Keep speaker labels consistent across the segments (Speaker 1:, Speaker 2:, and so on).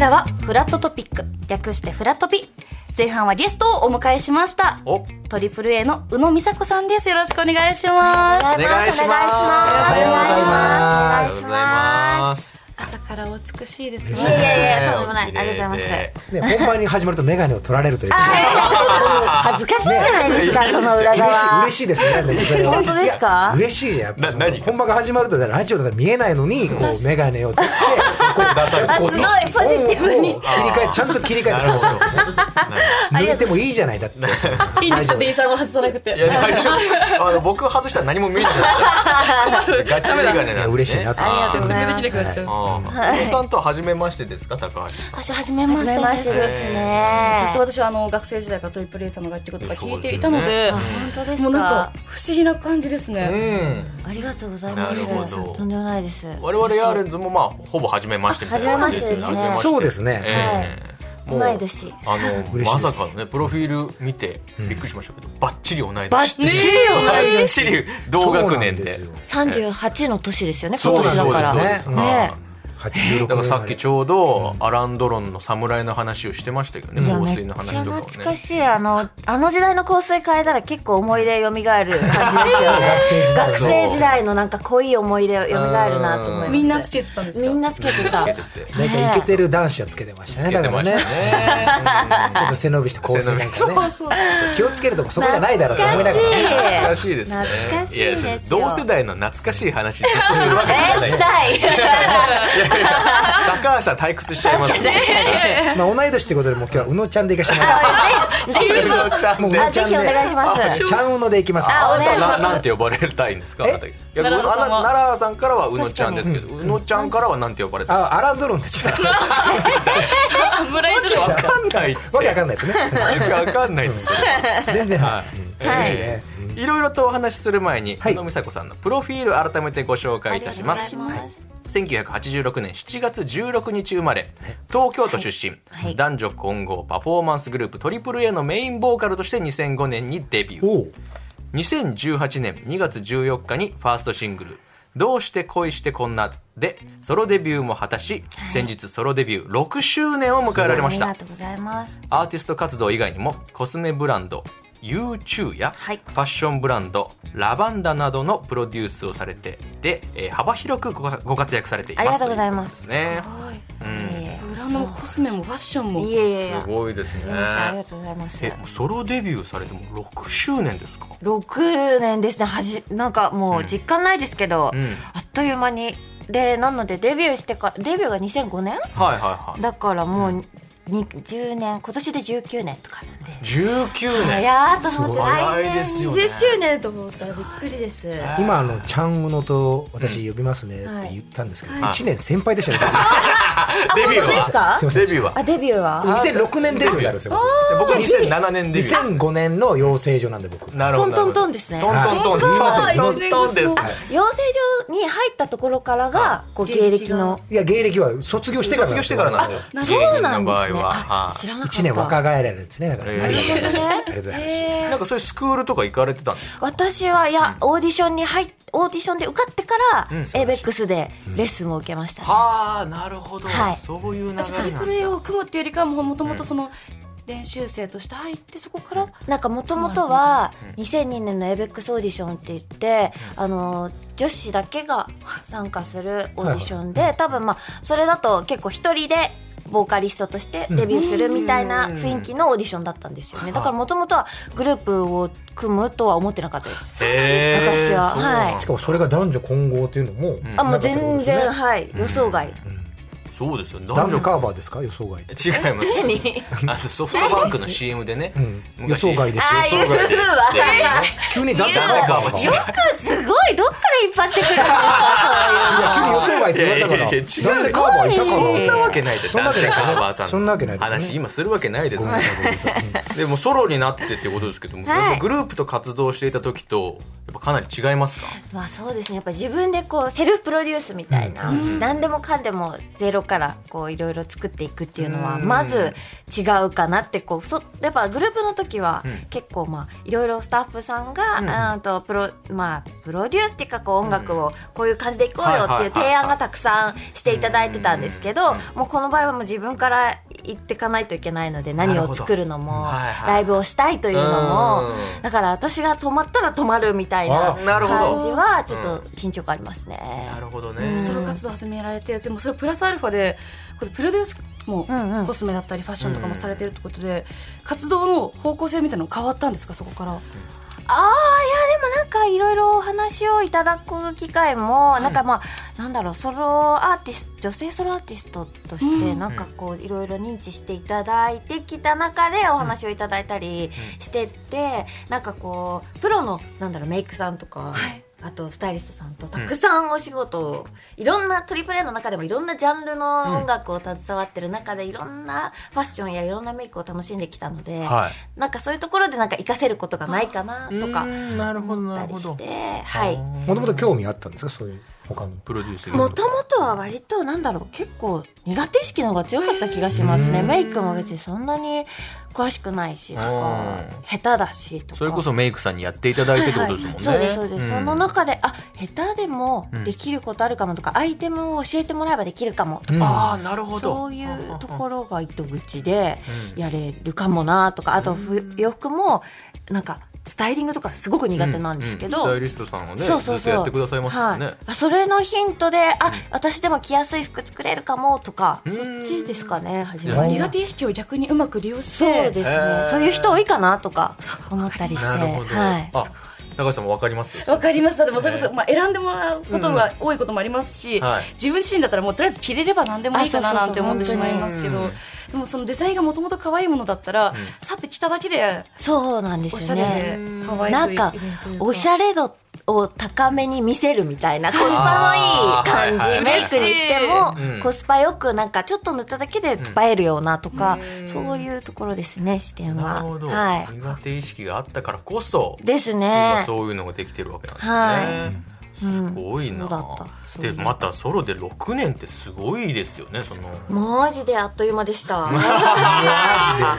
Speaker 1: らはフラットトピック略してフラトピ前半はゲストをお迎えしました
Speaker 2: お
Speaker 1: トリプル A の宇野美佐子さんですよろしくお願いします
Speaker 2: お願いします
Speaker 3: お願いします
Speaker 1: お願いし
Speaker 2: あ
Speaker 1: ま
Speaker 2: りがとうございます
Speaker 1: 朝からお美しいですね
Speaker 3: い やいやいやとんでもないありがとうございます
Speaker 4: ね、本番に始まると眼鏡を取られるという
Speaker 3: 恥ずかしいじゃないですか、その裏
Speaker 4: 嬉しい
Speaker 3: 側
Speaker 4: 嬉しいですねでもそれは
Speaker 3: 本当ですか
Speaker 4: 嬉しいじゃんやっぱそ
Speaker 2: な
Speaker 4: の
Speaker 2: 何
Speaker 4: 本番が始まるとだからラジオだから見えないのにこう眼鏡を取ってこう
Speaker 2: 出される
Speaker 3: あすごいポジティブに
Speaker 4: オンオフを切り替えちゃんと切り替えてこう濡れてもいいじゃないだって
Speaker 1: いいんですか店員さんも外さなくて
Speaker 2: いや大丈 夫あの僕外したら何も見えなくなっちゃうガチメガネなんで
Speaker 4: い
Speaker 2: す
Speaker 4: や嬉
Speaker 2: ね
Speaker 4: しいなと
Speaker 3: ありがとうござい
Speaker 1: で
Speaker 3: ま
Speaker 1: き
Speaker 3: す
Speaker 1: なくなっちゃう
Speaker 2: あーお父さんとは初めましてですか高橋
Speaker 1: 私初めまして
Speaker 3: 初めましてです
Speaker 1: ずっと
Speaker 3: ね
Speaker 1: 私はあの学生時代からトイプレイさんの楽曲とか聞いていたので
Speaker 2: そう
Speaker 3: 本当で
Speaker 2: です
Speaker 1: も
Speaker 3: す
Speaker 1: うなん
Speaker 3: か
Speaker 1: か不思議な感じです
Speaker 2: う
Speaker 1: ね、
Speaker 2: ん
Speaker 3: ありがとうございま
Speaker 2: なるほ
Speaker 3: す
Speaker 2: ど
Speaker 3: とんでもないです
Speaker 2: 我々ヤーレンズもまあほぼ初めましてみたいな感じですよね
Speaker 3: 初めましてですね
Speaker 4: そうですね
Speaker 2: も
Speaker 3: 同い年
Speaker 2: あ
Speaker 4: しい
Speaker 2: の
Speaker 4: です
Speaker 2: まさかのねプロフィール見てびっくりしましたけどバッチリ同い年
Speaker 3: バッチリ
Speaker 2: バッチリ同学年
Speaker 4: そうなん
Speaker 2: で
Speaker 4: ですよ
Speaker 3: 三十八の年ですよね、
Speaker 2: そ
Speaker 3: 今
Speaker 2: う
Speaker 3: 年だから。
Speaker 2: そう
Speaker 3: ね
Speaker 2: ですそうです
Speaker 3: ね
Speaker 4: 86
Speaker 2: だからさっきちょうどアランドロンの侍の話をしてましたけどね
Speaker 3: いや
Speaker 2: 香
Speaker 3: め
Speaker 2: 水
Speaker 3: っ
Speaker 2: の
Speaker 3: ち
Speaker 2: 話
Speaker 3: ゃ
Speaker 2: とかをね
Speaker 3: 懐かしいあのあの時代の香水変えたら結構思い出蘇る感じですよね学生時代のなんか濃い思い出蘇るなと思います
Speaker 1: みんなつけてたんですか
Speaker 3: みんなつけてた
Speaker 2: つけてて
Speaker 4: なんかイケてる男子はつけてました
Speaker 2: つ
Speaker 4: ね
Speaker 2: け
Speaker 4: だ
Speaker 2: て
Speaker 4: か
Speaker 2: ま
Speaker 4: ら
Speaker 2: し
Speaker 4: ね
Speaker 2: たね
Speaker 4: ちょっと背伸びしてこうするなんかねそう気をつけるとこそこじゃないだろうと思い
Speaker 3: 懐
Speaker 4: な
Speaker 3: か
Speaker 4: が
Speaker 3: しい
Speaker 4: らね
Speaker 2: 懐かしいですね
Speaker 3: 懐かしい
Speaker 2: や
Speaker 3: ですよ
Speaker 2: 同世代の懐かしい話ずっとするわけじゃ
Speaker 3: え
Speaker 2: ない
Speaker 3: ーしたい
Speaker 2: 高橋さん退屈しちゃいますね
Speaker 4: まあ同い年ということでもう今日はうのちゃんでいかしてもらいま
Speaker 3: ぜひぜひ
Speaker 2: うのちゃんで
Speaker 3: あぜひお願いします
Speaker 4: すちゃんうのでいきます
Speaker 3: あお願いしま
Speaker 2: な
Speaker 3: す
Speaker 2: なんて呼ばれたいんですかいや
Speaker 4: え
Speaker 2: うの
Speaker 1: 奈良
Speaker 2: あ
Speaker 1: さんは
Speaker 2: な奈良さんからはうのちゃんですけどうのちゃんからはなんて呼ばれたい
Speaker 4: あアランドロンですわ
Speaker 1: あ村井
Speaker 2: わかんないって
Speaker 4: けわかんないですね
Speaker 2: よくわかんないですよ
Speaker 4: 全然は
Speaker 2: はいいえーいろいろとお話しする前に、
Speaker 4: はい
Speaker 2: 宇野美佐子さんのプロフィール改めてご紹介いたします
Speaker 3: ありがとうございま
Speaker 2: 1986年7月16日生まれ東京都出身、
Speaker 3: はい
Speaker 2: 男女混合パフォーマンスグループ AAA のメインボーカルとして2005年にデビュー
Speaker 4: おう
Speaker 2: 2018年2月14日にファーストシングル「どうして恋してこんな」でソロデビューも果たし先日ソロデビュー6周年を迎えられま
Speaker 3: あ
Speaker 2: し
Speaker 3: り
Speaker 2: た
Speaker 3: がとうございます
Speaker 2: アーティスト活動以外にもコスメブランド U2 やフ
Speaker 3: はい
Speaker 2: ァッションブランドラバンダなどのプロデュースをされてで、えー幅広くごご活躍されていま
Speaker 3: あ
Speaker 2: す
Speaker 3: りがとうございます
Speaker 2: ということですね、
Speaker 3: え
Speaker 1: 裏のコスメもファッション
Speaker 3: え
Speaker 1: も
Speaker 3: いえいえい
Speaker 2: うん、
Speaker 3: え
Speaker 2: すごいです
Speaker 3: す
Speaker 2: ね
Speaker 3: みませんありがとうございます
Speaker 2: えもうソロデビューされても6周年ですか
Speaker 3: 6年ですねはじなんかもう実感ないですけど、
Speaker 2: うん
Speaker 3: あっという間にでなのでデビューしてかデビューが2005年
Speaker 2: はいはいはい
Speaker 3: だからもうに10年今年で19年とかなんで
Speaker 2: 19年
Speaker 3: 早っと思って
Speaker 2: そう
Speaker 3: 来
Speaker 2: 早いで
Speaker 3: 年
Speaker 2: すよね
Speaker 3: 20周年と思ったらびっくりです
Speaker 4: 今あのちゃんうのと私呼びますねって言ったんですけど一年先輩でしたね
Speaker 3: 本当ですか
Speaker 2: デビューは
Speaker 4: すいません
Speaker 2: デビューは
Speaker 3: あデビューは
Speaker 4: 2006年デビューになるんですよ
Speaker 2: で僕2007年デビュー
Speaker 4: 2005年の養成所なんで僕
Speaker 2: なるほ
Speaker 3: ト
Speaker 2: ど
Speaker 3: ントントンですね
Speaker 2: トントントントントントンです
Speaker 3: 養成所に入ったところからがこう芸歴の
Speaker 4: いや芸歴は卒業してから
Speaker 2: 卒業してからなん
Speaker 4: で
Speaker 2: ですよ
Speaker 3: そうなんで
Speaker 2: 芸
Speaker 3: すね
Speaker 2: 人の場合は
Speaker 3: あ
Speaker 2: はい
Speaker 3: 知らなかった
Speaker 4: 1年若返れるんですねだから
Speaker 2: えー
Speaker 4: ありがとうございますあ
Speaker 3: ね
Speaker 4: りがとうございます
Speaker 3: へー
Speaker 2: なんかそういうスクールとか行かれてたんですか
Speaker 3: 私はいやオーディションに入っオーディションで受かってから、
Speaker 2: うん
Speaker 3: エイベックスでレッスンを受けましたね、
Speaker 2: はあなるほど、
Speaker 3: はい
Speaker 2: そういう流れ
Speaker 1: あじゃあトリプル A を組むっていうよりかはもうもともとその練習生として入ってそこから
Speaker 3: なんかもともとは2002年のエイベックスオーディションって言って、あの女子だけが参加するオーディションで、多分まあそれだと結構一人でボーカリストとしてデビューするみたいな雰囲気のオーディションだったんですよね、だからもともとはグループを組むとは思ってなかったです私
Speaker 2: へ
Speaker 3: は
Speaker 2: そうなんだ
Speaker 4: しかもそれが男女混合っていうのも
Speaker 3: あもう
Speaker 4: なか
Speaker 3: 全
Speaker 4: ったってことですね
Speaker 3: 然、はい予想外、
Speaker 2: そうですよ
Speaker 4: 男
Speaker 2: 男
Speaker 4: 女
Speaker 2: 女
Speaker 4: カーバーですか予想外で
Speaker 2: 違いますあとソフトバンクの CM でね、
Speaker 4: ん
Speaker 2: 昔
Speaker 4: 予想外です
Speaker 3: あー
Speaker 2: 予想外ですっていうね
Speaker 4: 急に男女カーバーが
Speaker 2: い
Speaker 4: い
Speaker 2: や
Speaker 3: よくすごいどっから引っ張ってくるの
Speaker 4: や急に予想外って言われたか
Speaker 2: い
Speaker 4: ら
Speaker 2: やいやいや違う
Speaker 4: なんでカーバーいたか
Speaker 2: そんなわ
Speaker 4: な
Speaker 2: けないじゃん
Speaker 4: そんなわけないですよね
Speaker 2: ダンテカーバーさんの
Speaker 4: そんなわけないですよね
Speaker 2: 話今するわけないですよでもソロになってってことですけども、
Speaker 3: はい
Speaker 2: やっぱグループと活動していた時とやっぱかなり違いますか
Speaker 3: まあそうですねやっぱ自分でこうセルフプロデュースみたいな、何でもかんでもゼロからこういろいろ作っていくっていうのは
Speaker 2: うん
Speaker 3: まず違うかなってこうそやっぱグループの時は結構まあいろいろスタッフさんが、あーとプロまあプロデュースっていうかこう音楽をこういう感じでいこうよっていう提案はたくさんしていただいてたんですけど、もうこの場合はもう自分から行ってかないといけないので何を作るのも、
Speaker 2: なるほどはいはい
Speaker 3: ライブをしたいというのも、
Speaker 2: うん
Speaker 3: だから私が止まったら止まるみたいな
Speaker 4: あ
Speaker 2: なるほど
Speaker 3: 感じはちょっと緊張感ありますね。
Speaker 2: なるほどね。
Speaker 1: ソロ活動始められてでもそれプラスアルファでこれプロデュースも、
Speaker 3: うんうん
Speaker 1: コスメだったりファッションとかもされてるってことで、活動の方向性みたいなの変わったんですかそこから
Speaker 3: ああいやでもなんかいろいろお話をいただく機会も、なんかまあなんだろうソロアーティスト女性ソロアーティストとして、なんかこういろいろ認知していただいてきた中でお話をいただいたりしてって、なんかこうプロのなんだろうメイクさんとか。あとスタイリストさんとたくさんお仕事を、いろんなトリプレイの中でもいろんなジャンルの音楽を携わってる中で、いろんなファッションやいろんなメイクを楽しんできたので、
Speaker 2: はい。
Speaker 3: なんかそういうところでなんか活かせることがないかなとか
Speaker 2: うんなるほど
Speaker 3: 思っ
Speaker 2: な
Speaker 3: た
Speaker 2: る
Speaker 3: り
Speaker 2: ほど
Speaker 3: して、はい。
Speaker 4: もともと興味あったんですかそういう他に
Speaker 2: プロデュース
Speaker 3: もともとは割となんだろう結構苦手意識の方が強かった気がします
Speaker 4: う
Speaker 3: ね。
Speaker 4: ん
Speaker 3: メイクも別にそんなに詳しくないしとか
Speaker 2: うん
Speaker 3: 下手だしとか。
Speaker 2: それこそメイクさんにやっていただいてってことですもんね。
Speaker 3: そうですそうです、その
Speaker 2: ん
Speaker 3: 中であ下手でも
Speaker 2: うん
Speaker 3: できることあるかもとか、アイテムを教えてもらえばできるかもと
Speaker 4: うん
Speaker 3: か、
Speaker 2: ああなるほど。
Speaker 3: そういうところが糸口で
Speaker 2: うん
Speaker 3: やれるかもなとかあとふ洋服もなんかスタイリングとかすごく苦手なんですけど、
Speaker 2: うんうんスタイリストさんはね
Speaker 3: そうそうそう
Speaker 2: ずっとやってくださいますもんね
Speaker 3: はい。、あそれのヒントであ、私でも着やすい服作れるかもとか
Speaker 2: うん
Speaker 3: そっちですかね始
Speaker 4: う
Speaker 3: ま
Speaker 4: ん
Speaker 3: り
Speaker 1: 苦手意識を逆にうまく利用して
Speaker 3: そうですね、
Speaker 2: へー
Speaker 3: そういう人多いかなとか思ったりして
Speaker 2: なるほど。
Speaker 3: はい
Speaker 2: あ高橋さんもわかりますよ。
Speaker 1: わかりましたでもそれこそ、
Speaker 2: ね
Speaker 1: まあ、選んでもらうことが多いこともありますし、
Speaker 2: はい
Speaker 1: 自分自身だったらもうとりあえず着れれば何でもいいかな
Speaker 3: あそうそうそう
Speaker 1: なんて思ってしまいますけど
Speaker 2: 本
Speaker 1: でもそのデザインがもともと可愛いものだったら、さって着ただけで
Speaker 3: そうなんで
Speaker 1: お
Speaker 3: す
Speaker 1: し
Speaker 3: よ
Speaker 1: ゃれ
Speaker 3: ね
Speaker 1: で可愛
Speaker 3: な
Speaker 1: く
Speaker 3: ん
Speaker 1: い
Speaker 3: か
Speaker 1: けるというか
Speaker 3: おしゃれ度を高めに見せるみたいなコスパのいい
Speaker 2: あーは
Speaker 3: 感
Speaker 2: いは
Speaker 3: じ
Speaker 2: い
Speaker 3: メイクにしても
Speaker 2: 嬉しいうん
Speaker 3: コスパよくなんかちょっと塗っただけで映えるようなとか、そういうところですね視点
Speaker 2: なる
Speaker 3: は。
Speaker 2: ほど、
Speaker 3: は
Speaker 2: 苦手意識があったからこそ
Speaker 3: い、です
Speaker 2: 今
Speaker 3: ね。
Speaker 2: そういうのができてるわけなんですね。
Speaker 3: はい
Speaker 2: すごいな、
Speaker 3: うんそうだったそう
Speaker 2: でまたソロで6年ってすごいですよねその
Speaker 3: マジであっという間で した。
Speaker 2: あ
Speaker 3: は
Speaker 2: っ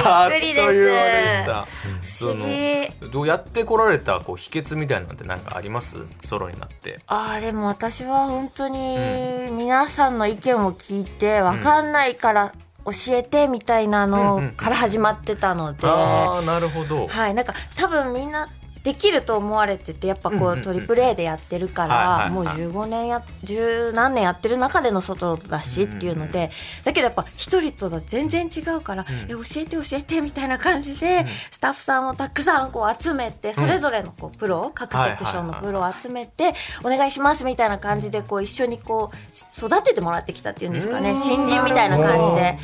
Speaker 3: い、
Speaker 2: と
Speaker 3: びっくりで
Speaker 2: いう間でした
Speaker 3: す。不思議。
Speaker 2: そのどうやってこられたこう秘訣みたいなんて何かありますソロになって
Speaker 3: あーでも私は本当に皆さんの意見を聞いてわかんないから教えてみたいな
Speaker 2: うんう
Speaker 3: の
Speaker 2: ん
Speaker 3: から始まってたので、
Speaker 2: ああなるほど、
Speaker 3: はいなんか多分みんなできると思われててやっぱこ
Speaker 2: うんうんう
Speaker 3: うんトリプル A でやってるか
Speaker 2: はい
Speaker 3: ら
Speaker 2: はい
Speaker 3: もう
Speaker 2: はい
Speaker 3: 15年や十何年やってる中での外だしっていうのでだけどやっぱ一人とは全然違うから
Speaker 2: うん
Speaker 3: え教えて教えてみたいな感じでスタッフさんをたくさんこう集めてそれぞれのこうプロ各セクションのプロを集めてお願いしますみたいな感じでこう一緒にこう育ててもらってきたっていうんですかね
Speaker 2: うん
Speaker 3: 新人みたいな感じ
Speaker 2: な
Speaker 3: で。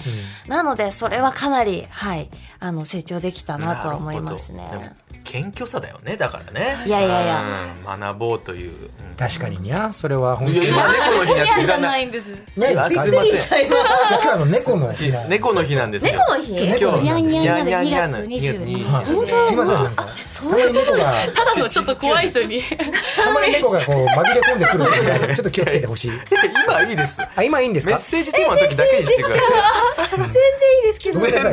Speaker 3: なのでそれはかなり、はい、あの成長できたなとは思います
Speaker 2: なるほどで
Speaker 3: ね
Speaker 2: も。謙虚さだよねだからね
Speaker 3: いやいやいや、
Speaker 2: うん学ぼうという、
Speaker 4: 確かににゃそれは
Speaker 2: う
Speaker 4: 本
Speaker 2: ん
Speaker 4: 当
Speaker 2: いやい
Speaker 4: に
Speaker 2: や猫の日にやついらない
Speaker 1: いんです
Speaker 4: ね
Speaker 2: いやすいません
Speaker 4: 今日はあの猫の日なんで
Speaker 2: 猫の日なんですよ
Speaker 3: 猫の日
Speaker 2: 今日
Speaker 4: 猫の日なんです
Speaker 2: ニャンニャンニャン
Speaker 1: 2月22
Speaker 2: ニャンニャンニ
Speaker 1: 日
Speaker 2: ャン
Speaker 4: すいませんなんかたまに猫が
Speaker 1: ただのちょっと怖い人に
Speaker 4: たまに猫がこう紛れ込んでくるのでちょっと気をつけてほしい
Speaker 2: 今いいです
Speaker 4: あ今いいんです
Speaker 2: メッ
Speaker 4: か
Speaker 2: セージテーマの時だけにしてくださ
Speaker 3: 全然いいですけ
Speaker 4: ごめんなさい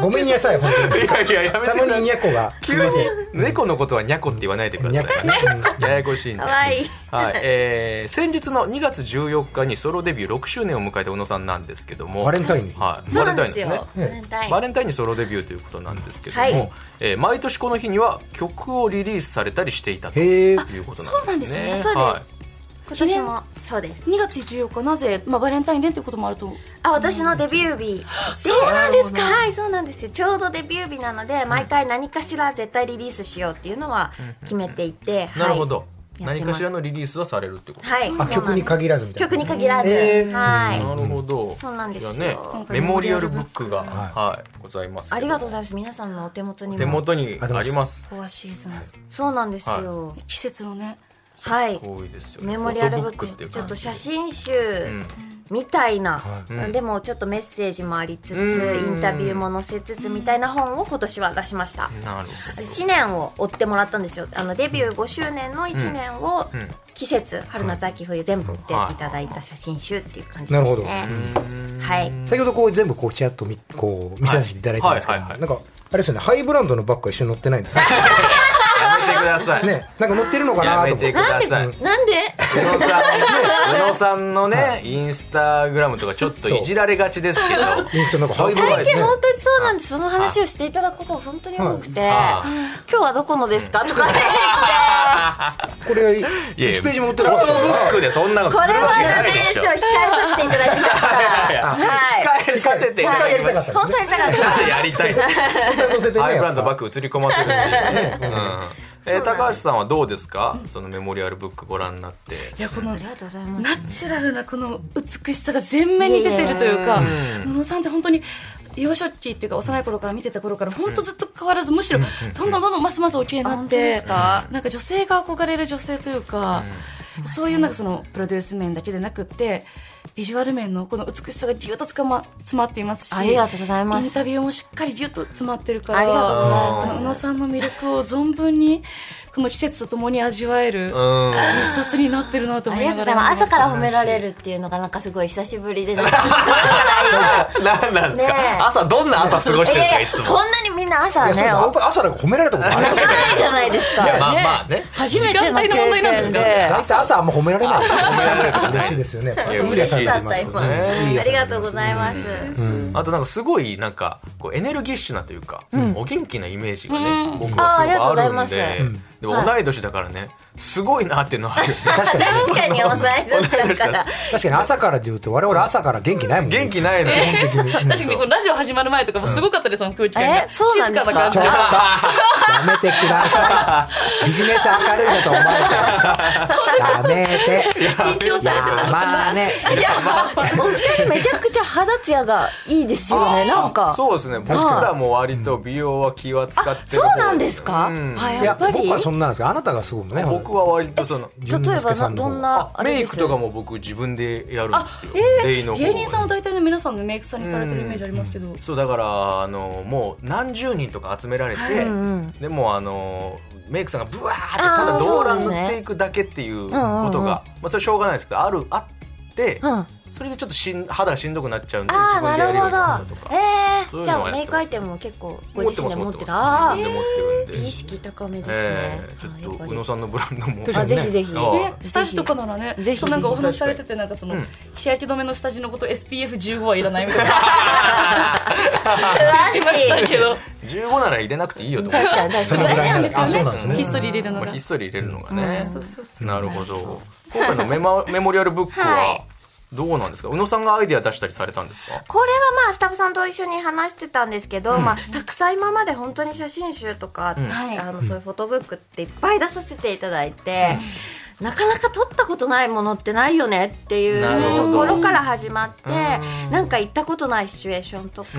Speaker 4: ごめんなさい本当に
Speaker 2: いいやいややめて
Speaker 4: た
Speaker 2: くだ
Speaker 4: ま
Speaker 2: さ
Speaker 4: に
Speaker 2: い
Speaker 4: にゃこが
Speaker 2: 急に猫のことはニャコって言わないでください
Speaker 4: ニャコ
Speaker 2: ややこしいんで
Speaker 3: 可愛い
Speaker 2: はいえー先日の2月14日にソロデビュー6周年を迎えた小野さんなんですけども
Speaker 4: バレンタインに
Speaker 2: はい
Speaker 3: そ
Speaker 2: バ
Speaker 3: う
Speaker 2: レ
Speaker 3: なんで
Speaker 2: ンタイン
Speaker 3: す
Speaker 2: です
Speaker 3: よ。バ
Speaker 2: ね
Speaker 3: レンタイン
Speaker 2: バレンタインにソロデビューということなんですけども、
Speaker 3: はい
Speaker 2: えー毎年この日には曲をリリースされたりしていたと
Speaker 4: へえ
Speaker 2: いうことなんですね。
Speaker 3: そうなんです
Speaker 2: はい
Speaker 3: 今年もそうです。
Speaker 1: 2月14日なぜ、まあ、バレンタインデーってこともあると
Speaker 3: あ、私のデビュー日。そうなんですか。はい、そうなんですよ。ちょうどデビュー日なので、毎回何かしら絶対リリースしようっていうのは決めていて。はい
Speaker 2: なるほど、
Speaker 3: やってます
Speaker 2: 何かしらのリリースはされるってこと
Speaker 3: はい。
Speaker 4: あ
Speaker 3: そうなん
Speaker 4: 曲に
Speaker 3: です
Speaker 4: 限らずみたいな
Speaker 3: 曲に限らず、
Speaker 4: えー
Speaker 3: はい。
Speaker 2: なるほど。
Speaker 3: そうなんですよ
Speaker 2: じゃあね、メモリアルブックが、はい、ございます。
Speaker 3: ありがとうございます。皆さんのお手元に
Speaker 2: 手
Speaker 3: も。
Speaker 2: 元にあります。
Speaker 1: フォアシーズンズ
Speaker 3: そうなんですよ。
Speaker 1: 季節のね
Speaker 3: はい。
Speaker 2: 多いですよね。
Speaker 3: メモリアルブ
Speaker 2: フォト
Speaker 3: ック
Speaker 2: っていう
Speaker 3: ちょっ
Speaker 2: 感
Speaker 3: と
Speaker 2: じで
Speaker 3: 写真集
Speaker 2: ん
Speaker 3: みたいな
Speaker 4: は、
Speaker 2: い
Speaker 3: でもちょっとメッセージもありつつ、
Speaker 2: うん
Speaker 3: インタビューも載せつつみたいな本を今年は出しました。
Speaker 2: なる
Speaker 3: 1年を追ってもらったんですよあのデビュー5周年の1年を
Speaker 2: うんうん
Speaker 3: 季節春夏秋冬全部追っていただいた写真集っていう感じ
Speaker 4: な
Speaker 3: で
Speaker 4: るほど
Speaker 3: すね
Speaker 2: ほどうん。
Speaker 3: はい
Speaker 4: 先ほどこう全部こうちらっと見こう見させていただいたんですけど、
Speaker 2: はいはいはい
Speaker 4: なんかあれですよねハイブランドのバッグは一緒に乗ってないんですね
Speaker 2: やめてください。
Speaker 4: ね、なんか乗ってるのかな
Speaker 2: や
Speaker 4: と
Speaker 2: め
Speaker 4: 思
Speaker 2: て
Speaker 4: っ
Speaker 2: く
Speaker 4: て。
Speaker 2: だ
Speaker 3: なんで
Speaker 2: さい。
Speaker 3: なんで
Speaker 2: 宇野さん、宇野さんのね、インスタグラムとかちょっといじられがちですけど、
Speaker 4: 印象なんか
Speaker 2: そういう部分
Speaker 3: 最近
Speaker 4: ね
Speaker 3: 本当にそうなんですその話をしていただくことが本当に多くて
Speaker 2: は
Speaker 3: 今
Speaker 2: い
Speaker 3: 日はどこのですかとかね
Speaker 4: これ1
Speaker 2: いやいや
Speaker 4: ページも持って
Speaker 2: フ
Speaker 4: な
Speaker 2: ォ
Speaker 4: か
Speaker 2: ト
Speaker 4: った
Speaker 2: ブックでそんなのす
Speaker 3: これ
Speaker 2: る
Speaker 3: は
Speaker 2: わけな
Speaker 3: ね
Speaker 2: いで
Speaker 3: 選
Speaker 2: し
Speaker 3: 手
Speaker 2: ょ
Speaker 3: を。控えさせていただきましたはい
Speaker 2: 控えさせていただ
Speaker 4: や
Speaker 2: き
Speaker 4: り
Speaker 2: ま
Speaker 4: たか
Speaker 2: す
Speaker 4: った
Speaker 3: 本
Speaker 4: です
Speaker 3: 当に高かっ
Speaker 2: なんでや りたいの
Speaker 4: ね乗せてね
Speaker 2: ハイブランド
Speaker 4: や
Speaker 2: バ
Speaker 4: っ
Speaker 2: ッグ映り込ませるんで ね。うんえー高橋さんはどうですかそのメモリアルブックご覧になって。
Speaker 1: いやこの
Speaker 3: たありがとうございます
Speaker 1: ナチュラルなこの美しさが全面に出てるという
Speaker 2: い
Speaker 1: か
Speaker 2: えいえ
Speaker 1: 宇野さんって本当に幼少期っていうか幼い頃から見てた頃から本当ずっと変わらずむしろどんどんどんどんますますお綺麗になっ
Speaker 3: あ本当です
Speaker 1: て
Speaker 3: か
Speaker 1: なんか女性が憧れる女性というかそういうなんかそのプロデュース面だけでなくってビジュアル面のこの美しさがぎゅっとつかま詰まっていますし
Speaker 3: ありがとうございま
Speaker 1: イン
Speaker 3: す
Speaker 1: タビューもしっかりぎゅっと詰まってるから
Speaker 3: ありがとうござい
Speaker 2: ます
Speaker 1: あの宇野さんの魅力を存分にこの季節とともに味わえる
Speaker 2: うん。
Speaker 1: 一冊になってるなと
Speaker 3: あ
Speaker 1: 思
Speaker 3: り
Speaker 1: い
Speaker 3: が
Speaker 1: な
Speaker 3: とう
Speaker 1: が
Speaker 3: ご
Speaker 1: ら
Speaker 3: ざいます朝から褒められるっていうのがなんかすごい久しぶりでなんか
Speaker 2: 何なんです
Speaker 3: ねえ
Speaker 2: か朝どんな朝過ごしてるんですかいつ
Speaker 3: そ
Speaker 2: も。
Speaker 3: んなにみんな朝は
Speaker 4: ぱ
Speaker 3: ね起
Speaker 4: やっぱり朝なんか褒められたことない
Speaker 3: きないじゃないですか
Speaker 2: いやまあまあね。
Speaker 3: 初めての
Speaker 1: 時間帯の問
Speaker 3: 経
Speaker 1: 題なんで
Speaker 3: 験
Speaker 1: すか
Speaker 3: で
Speaker 4: 大体朝あんま褒められない褒められない嬉しいですよね
Speaker 2: いや
Speaker 4: いいやさんになります
Speaker 3: 嬉し
Speaker 4: よ
Speaker 3: かった
Speaker 4: ねいいやさん
Speaker 3: あり
Speaker 4: にな
Speaker 3: がとうございます
Speaker 2: あとなんかすごいなんかこうエネルギッシュなというか、お元気なイメージがね、僕
Speaker 3: あー
Speaker 2: は
Speaker 3: ありがとうございま
Speaker 2: す
Speaker 3: す
Speaker 2: ごいあるんで、でも同い年だからね、すごいなっていうのはあるよね。
Speaker 4: 確かに
Speaker 3: 確かに同い年だから
Speaker 4: 確かに朝からで言うと我々朝から元気ないもん
Speaker 2: 元気ない のよ。
Speaker 4: 基本的に
Speaker 1: 確かにこのラジオ始まる前とかもすごかったです、その空気感
Speaker 3: え
Speaker 1: が。
Speaker 3: そうなんですか
Speaker 1: 静かな感
Speaker 4: ち
Speaker 1: じ
Speaker 4: ょっ
Speaker 1: で
Speaker 4: と。やめてくださ いビジネス明るいだと思われちゃうやめて
Speaker 1: 緊張されてた
Speaker 4: や
Speaker 1: のか
Speaker 4: まあ
Speaker 1: な。
Speaker 4: ね
Speaker 3: お二人めちゃくちゃ肌ツヤがいいですよねなんか
Speaker 2: そうですね。僕らも割と美容は気は使ってる方。
Speaker 3: そうなんですか、
Speaker 2: うん
Speaker 3: あ
Speaker 4: い
Speaker 3: や
Speaker 4: や
Speaker 3: っぱり
Speaker 4: 僕はそんなんですけどあなたがすごいね
Speaker 2: 僕は割とその。
Speaker 4: 純
Speaker 3: 例え
Speaker 4: 之
Speaker 3: ば
Speaker 4: 介さ
Speaker 3: なん
Speaker 4: の
Speaker 3: ど
Speaker 4: 方
Speaker 3: ん
Speaker 2: あ
Speaker 3: なあれ
Speaker 2: メイ
Speaker 3: で
Speaker 2: ク
Speaker 3: す
Speaker 2: とかも僕自分でやるんですよ。レイの方は
Speaker 1: 芸人さんは大体ね皆さんのメイクさんにされてるイメージありますけど、
Speaker 2: そうだからあのもう何十人とか集められて、でもあのメイクさんがブワーってた
Speaker 3: あ
Speaker 2: だ
Speaker 3: ー
Speaker 2: 動乱
Speaker 3: そうですね
Speaker 2: 塗っていくだけっていうことが
Speaker 3: うんうんうん
Speaker 2: まあ、それしょうがないですけどあるあって、
Speaker 3: うん
Speaker 2: それでちょっとしん肌がしんどくなっちゃうんで
Speaker 3: あ
Speaker 2: 自
Speaker 3: あな
Speaker 2: 分で
Speaker 3: る
Speaker 2: や
Speaker 3: ほ
Speaker 2: るようになった
Speaker 3: ど
Speaker 2: とか
Speaker 3: え
Speaker 2: そうい
Speaker 3: ー、
Speaker 2: う
Speaker 3: じゃ
Speaker 2: のは
Speaker 3: あ
Speaker 2: や
Speaker 3: メ
Speaker 2: っ
Speaker 3: イ
Speaker 2: て
Speaker 3: クア
Speaker 2: ます
Speaker 3: イテムも結構ご自身で持ってた
Speaker 2: ます
Speaker 3: あ
Speaker 2: 自分で持ってる
Speaker 3: ー
Speaker 2: んで
Speaker 3: 意識高めですね、
Speaker 2: ええちょっと宇野さんのブランドも
Speaker 4: 確
Speaker 3: あ
Speaker 4: かにね
Speaker 3: ぜひぜひ
Speaker 2: あ
Speaker 1: ね下地とかならね
Speaker 3: ぜひ
Speaker 1: しかもなんかお話しされててなんかその、
Speaker 2: ん
Speaker 1: 日焼け止めの下地のこと SPF15 はいらないみたいな
Speaker 3: 詳
Speaker 1: だ
Speaker 3: しい
Speaker 1: けど
Speaker 2: 15なら入れなくていいよと思っ
Speaker 3: 確か
Speaker 2: て
Speaker 3: に確か
Speaker 4: その
Speaker 3: に
Speaker 4: ぐらい
Speaker 1: なんですよ
Speaker 4: あそう
Speaker 1: ね
Speaker 4: なんですね
Speaker 1: ひっそり入れるの
Speaker 2: まあ
Speaker 1: が、
Speaker 2: ひっそり入れるのがね、
Speaker 1: そうそうそう
Speaker 2: なるほど今回のメモメモリアルブックはどうなんですか、宇野さんがアイデア出したりされたんですか
Speaker 3: これはまあスタッフさんと一緒に話してたんですけど、まあ、たくさん今まで本当に写真集とか、
Speaker 1: はい
Speaker 3: あのそういうフォトブックっていっぱい出させていただいて、なかなか撮ったことないものってないよねってい
Speaker 2: なるほ
Speaker 3: う
Speaker 2: ど
Speaker 3: ところから始まって
Speaker 2: うん
Speaker 3: なんか行ったことないシチュエーションとか
Speaker 2: う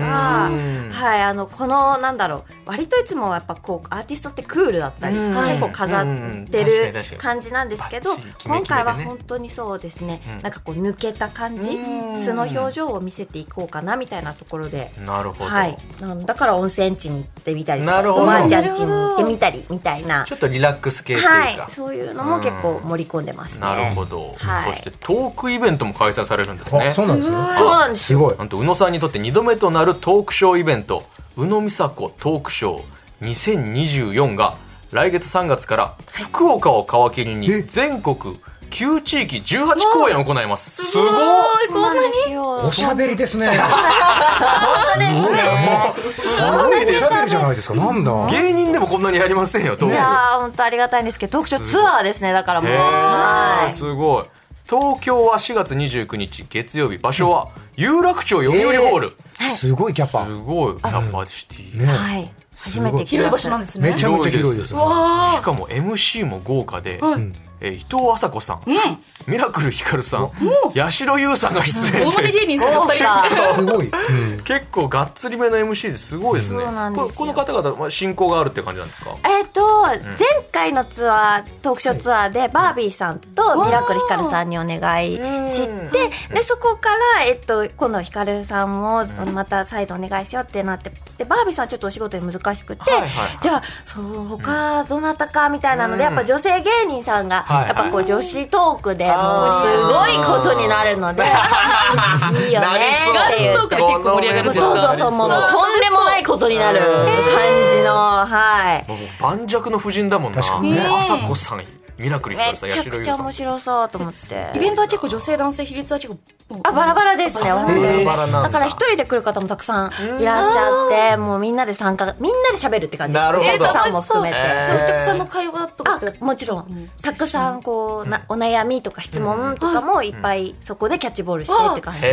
Speaker 2: ん、
Speaker 3: はい、あのこのなんだろう割といつもはやっぱこうアーティストってクールだったり
Speaker 2: うん
Speaker 3: 結構飾って
Speaker 2: うんうん確かに
Speaker 3: る
Speaker 2: 確かに
Speaker 3: 感じなんですけど
Speaker 2: バッチリキメキメでね
Speaker 3: 今回は本当にそうですね
Speaker 2: うん
Speaker 3: なんかこう抜けた感じ
Speaker 2: うん
Speaker 3: 素の表情情を見せていこうかなみたいなところで。
Speaker 2: なるほど、
Speaker 3: はい、なんだから温泉地に行ってみたりと
Speaker 2: なる
Speaker 3: か
Speaker 2: ほど
Speaker 3: おばあちゃん家に行ってみたりみたいな
Speaker 2: ちょっとリラックス系というか、
Speaker 3: はい、そういうのも結構盛り込んでますね。
Speaker 2: なるほど、
Speaker 3: はい
Speaker 2: そしてトークイベントも開催されるんですね
Speaker 4: あそうなんですよ
Speaker 3: そうなんです
Speaker 4: す
Speaker 3: よ。
Speaker 4: ごい
Speaker 2: なんと宇野さんにとって2度目となるトークショーイベント「宇野美佐子トークショー2024」が来月3月から福岡を皮切り
Speaker 4: え
Speaker 2: に全国9地域18公演を行いますすごい
Speaker 3: そうなんですよ。
Speaker 4: おしゃべりですね
Speaker 3: そうですね。
Speaker 4: すごいおしゃべりじゃないですかなんだ
Speaker 2: 芸人でもこんなにやりませんよトー
Speaker 3: い
Speaker 2: ク
Speaker 3: やー本当ありがたいんですけど、特徴ツアーですね。だからもう、
Speaker 2: へ
Speaker 3: は
Speaker 2: ーすごい東京は4月29日月曜日場所は有楽町読売ホール、
Speaker 4: すごいキャパ
Speaker 2: すごいキャパシティ、
Speaker 3: い、
Speaker 4: ね
Speaker 3: はい、初めて来
Speaker 1: 広
Speaker 3: ま
Speaker 1: い場
Speaker 3: し
Speaker 1: 所
Speaker 3: た
Speaker 1: なんですね
Speaker 4: めちゃめちゃ広いですよ
Speaker 2: しかも MC も豪華で、えー伊藤麻子さん、ミラクルひかるさん、八代優さんが出演
Speaker 1: 大
Speaker 2: と
Speaker 1: 森
Speaker 2: いう
Speaker 1: 芸人さんが2人
Speaker 4: すごい、うん、
Speaker 2: 結構がっつりめの MC ですごいですね
Speaker 3: そうなんです
Speaker 2: こ
Speaker 3: よ
Speaker 2: れこの方々、まあ、進行があるって感じなんですか
Speaker 3: えっと、前回のツアー、トークショーツアーで、バービーさんとミラクルヒカルさんにお願いして、で、そこから、えっと、今度ヒカルさんもまた再度お願いしようってなって、で、バービーさんちょっとお仕事に難しくて
Speaker 2: はいはい、
Speaker 3: じゃあ、そう、他どなたかみたいなので、
Speaker 2: う
Speaker 3: や
Speaker 2: ん
Speaker 3: っぱ女性芸人さんが
Speaker 2: はい
Speaker 3: やっぱこう女子トークでもうすごいことになるの でいいよねっていう
Speaker 1: なりそうガールズトークで 結構盛り上がるん
Speaker 3: そう
Speaker 1: ですか
Speaker 3: そうそうもうもうとんでもないことになる感じのはい
Speaker 2: もう盤石の夫人だもんな
Speaker 4: 確かにね
Speaker 2: 朝子さんミラクルひか
Speaker 3: め
Speaker 2: るさん
Speaker 3: ちゃ
Speaker 2: 八代
Speaker 3: く
Speaker 2: 優
Speaker 3: ちゃ
Speaker 2: さん
Speaker 3: 面白そうと思って
Speaker 1: イベントは結構女性男性比率は結構もう
Speaker 3: あバラバラですね本当に
Speaker 2: バラバラなんだ
Speaker 3: だから一人で来る方もたくさんいらっしゃってもうみんなで参加みんなで喋るって感じです
Speaker 2: なるほど
Speaker 3: 生徒さんも含めて、
Speaker 2: 楽しそう
Speaker 1: じゃあお客さんの会話とか
Speaker 3: あ
Speaker 1: って
Speaker 3: もちろんたくさんこうなお悩みとか質問とかもいっぱいそこでキャッチボールしてって感じで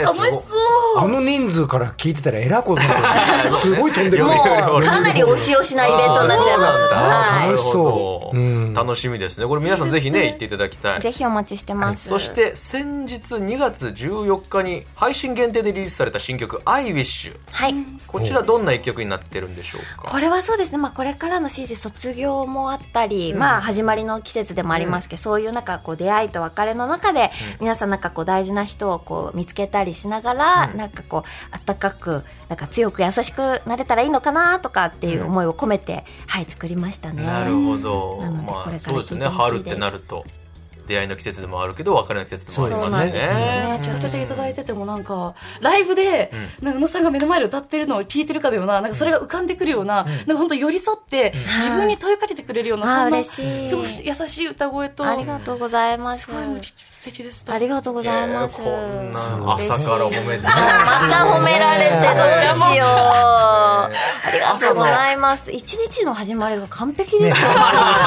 Speaker 2: へーす
Speaker 1: 楽
Speaker 2: ご
Speaker 1: しそう
Speaker 4: あの人数から聞いてたらえらいことにな ってるすごい飛んでる
Speaker 3: も
Speaker 2: ろんな
Speaker 3: うかなり押し押しなイベントになっちゃいます
Speaker 2: あー
Speaker 3: は
Speaker 4: 楽
Speaker 2: な
Speaker 4: し
Speaker 2: る
Speaker 4: そう
Speaker 2: ほど
Speaker 4: うん
Speaker 2: 楽しみですねこれ皆さんぜひね行っていただきた
Speaker 3: い
Speaker 2: い
Speaker 3: ぜひお待ちしてます
Speaker 2: そして先日2月14日に配信限定でリリースされた新曲「IWISH
Speaker 3: はい」
Speaker 2: こちらどんな一曲になってるんでしょうか
Speaker 3: これはそうですね、まあ、これからのシーズン卒業もあったり、まあ、始まりの季節でもありますけど、そういうなんかこう出会いと別れの中で、皆さんなんかこう大事な人をこう見つけたりしながら、なんかこうあったかくなんか強く優しくなれたらいいのかなとかっていう思いを込めて、はい作りましたね。
Speaker 2: なるほど
Speaker 3: なので
Speaker 2: ま
Speaker 3: こ
Speaker 2: あ
Speaker 3: れから
Speaker 2: そうですよね
Speaker 3: 聞いてほしい
Speaker 2: 春ってなると出会いの季節でもあるけど別れの季節でもあり
Speaker 3: そう
Speaker 2: ま
Speaker 3: な
Speaker 2: す
Speaker 3: ん
Speaker 2: し
Speaker 3: ですよね
Speaker 2: ね。
Speaker 1: 聞かせていただいててもなんかライブでなんか宇野さんが目の前で歌ってるのを聞いてるかのようななんかそれが浮かんでくるようななんか本当寄り添って自分に問いかけてくれるような
Speaker 3: あ
Speaker 1: そ
Speaker 3: ー
Speaker 1: んな
Speaker 3: 嬉しい
Speaker 1: すごく優しい歌声と
Speaker 3: ありがとうございます
Speaker 1: す。ごい素敵でした
Speaker 3: ありがとうございます。
Speaker 2: こんな朝から褒めて
Speaker 3: また褒められてどうしよう。ありがとうございます。一日の始まりが完璧ですよ。
Speaker 4: 頑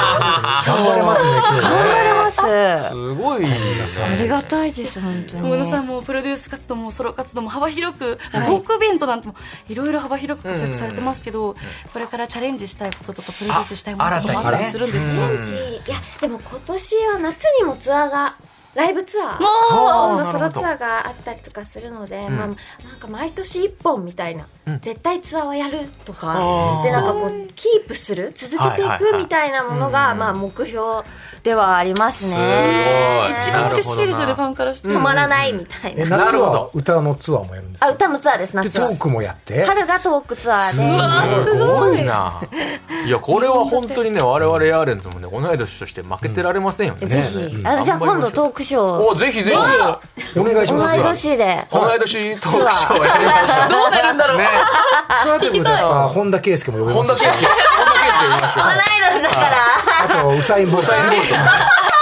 Speaker 4: 張れますね今日
Speaker 3: 頑張れ ます。
Speaker 2: すごいです
Speaker 3: あり
Speaker 2: ね
Speaker 3: がたいです本当に。
Speaker 1: 野さんもプロデュース活動もソロ活動も幅広く、トークイベントなんてもいろいろ幅広く活躍されてますけど、これからチャレンジしたいこととかプロデュースしたいものとかもあ
Speaker 2: あ新
Speaker 1: っ
Speaker 2: たにね
Speaker 1: たりするんですよね。
Speaker 3: オレンジいやでも今年は夏にもツアーがライブツアー
Speaker 2: あー
Speaker 3: 音楽
Speaker 2: なるほど
Speaker 3: ソロツアーがあったりとかするので、まあなんか毎年一本みたいな、絶対ツアーはやると
Speaker 2: あ
Speaker 3: か
Speaker 2: ー
Speaker 3: でなんかこうキープする続けてい
Speaker 2: はいはいは
Speaker 3: く
Speaker 2: い
Speaker 3: みたいなものが、まあ目標ではありますね
Speaker 2: すごい
Speaker 1: 一番嬉しいですよね、ファンからして
Speaker 3: 止
Speaker 1: も。
Speaker 3: まらないみたいな、
Speaker 4: え
Speaker 2: な
Speaker 4: 夏
Speaker 2: るほど
Speaker 4: は歌のツアーもやるんです
Speaker 3: あ
Speaker 4: か
Speaker 3: 歌のツアーです
Speaker 4: で
Speaker 3: 夏
Speaker 4: トーク
Speaker 3: は
Speaker 4: もやって
Speaker 3: 春がトークツアーで
Speaker 2: すごいな。いやこれは本 当にね我々ヤーレンズもね同い年として負けてられませんよね。
Speaker 3: ぜひ、あのじゃあ今度トークショー
Speaker 2: おぜひぜひ
Speaker 4: お願いします
Speaker 3: 同い
Speaker 4: よ
Speaker 3: 年で
Speaker 2: 同い年トークショーやりましょう。どうなるんだろう。ね。
Speaker 4: そうなってくるとやっぱ本田圭佑も呼べ
Speaker 2: 本
Speaker 4: ま
Speaker 2: 田
Speaker 4: す
Speaker 2: 圭
Speaker 4: し
Speaker 2: 佑。本田圭佑やりましょう
Speaker 3: 同い。年だから
Speaker 4: あとウサイン・ボルト
Speaker 2: サインボルト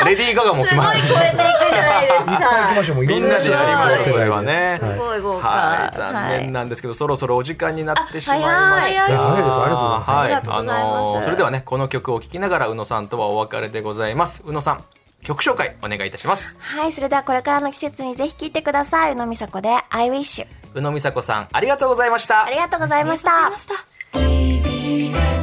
Speaker 2: レディー・ガガも来ます。
Speaker 3: 超えていくじゃないです
Speaker 4: 行きま
Speaker 3: か
Speaker 4: しょうもういろ
Speaker 2: みん
Speaker 4: な
Speaker 2: なでやりましょう、それはね。
Speaker 3: すごい豪華
Speaker 2: はい、残念なんですけど、そろそろお時間になってしまいました。
Speaker 4: いや早いですありがとうございます
Speaker 2: はい
Speaker 3: ありがとうございます
Speaker 2: あのーそれではね、この曲を聴きながら、宇野さんとはお別れでございます。宇野さん、曲紹介お願いいたします。
Speaker 3: はいそれではこれからの季節にぜひ聴いてください宇野美佐子で「IWISH
Speaker 2: 宇野美佐子さん、ありがとうございまし」た
Speaker 3: あり。がとうございました
Speaker 1: した。
Speaker 5: 「TBS